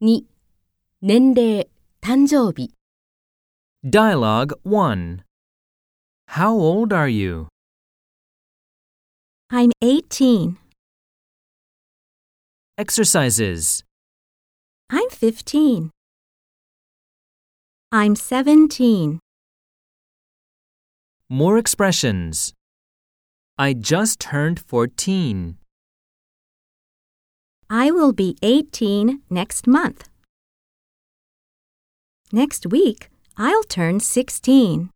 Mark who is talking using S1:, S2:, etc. S1: 2. 年齢、誕生日、
S2: Dialogue 1 How old are you?
S3: I'm 18.
S2: Exercises
S3: I'm 15. I'm 17.
S2: More expressions. I just turned 14.
S3: I will be 18 next month. Next week, I'll turn 16.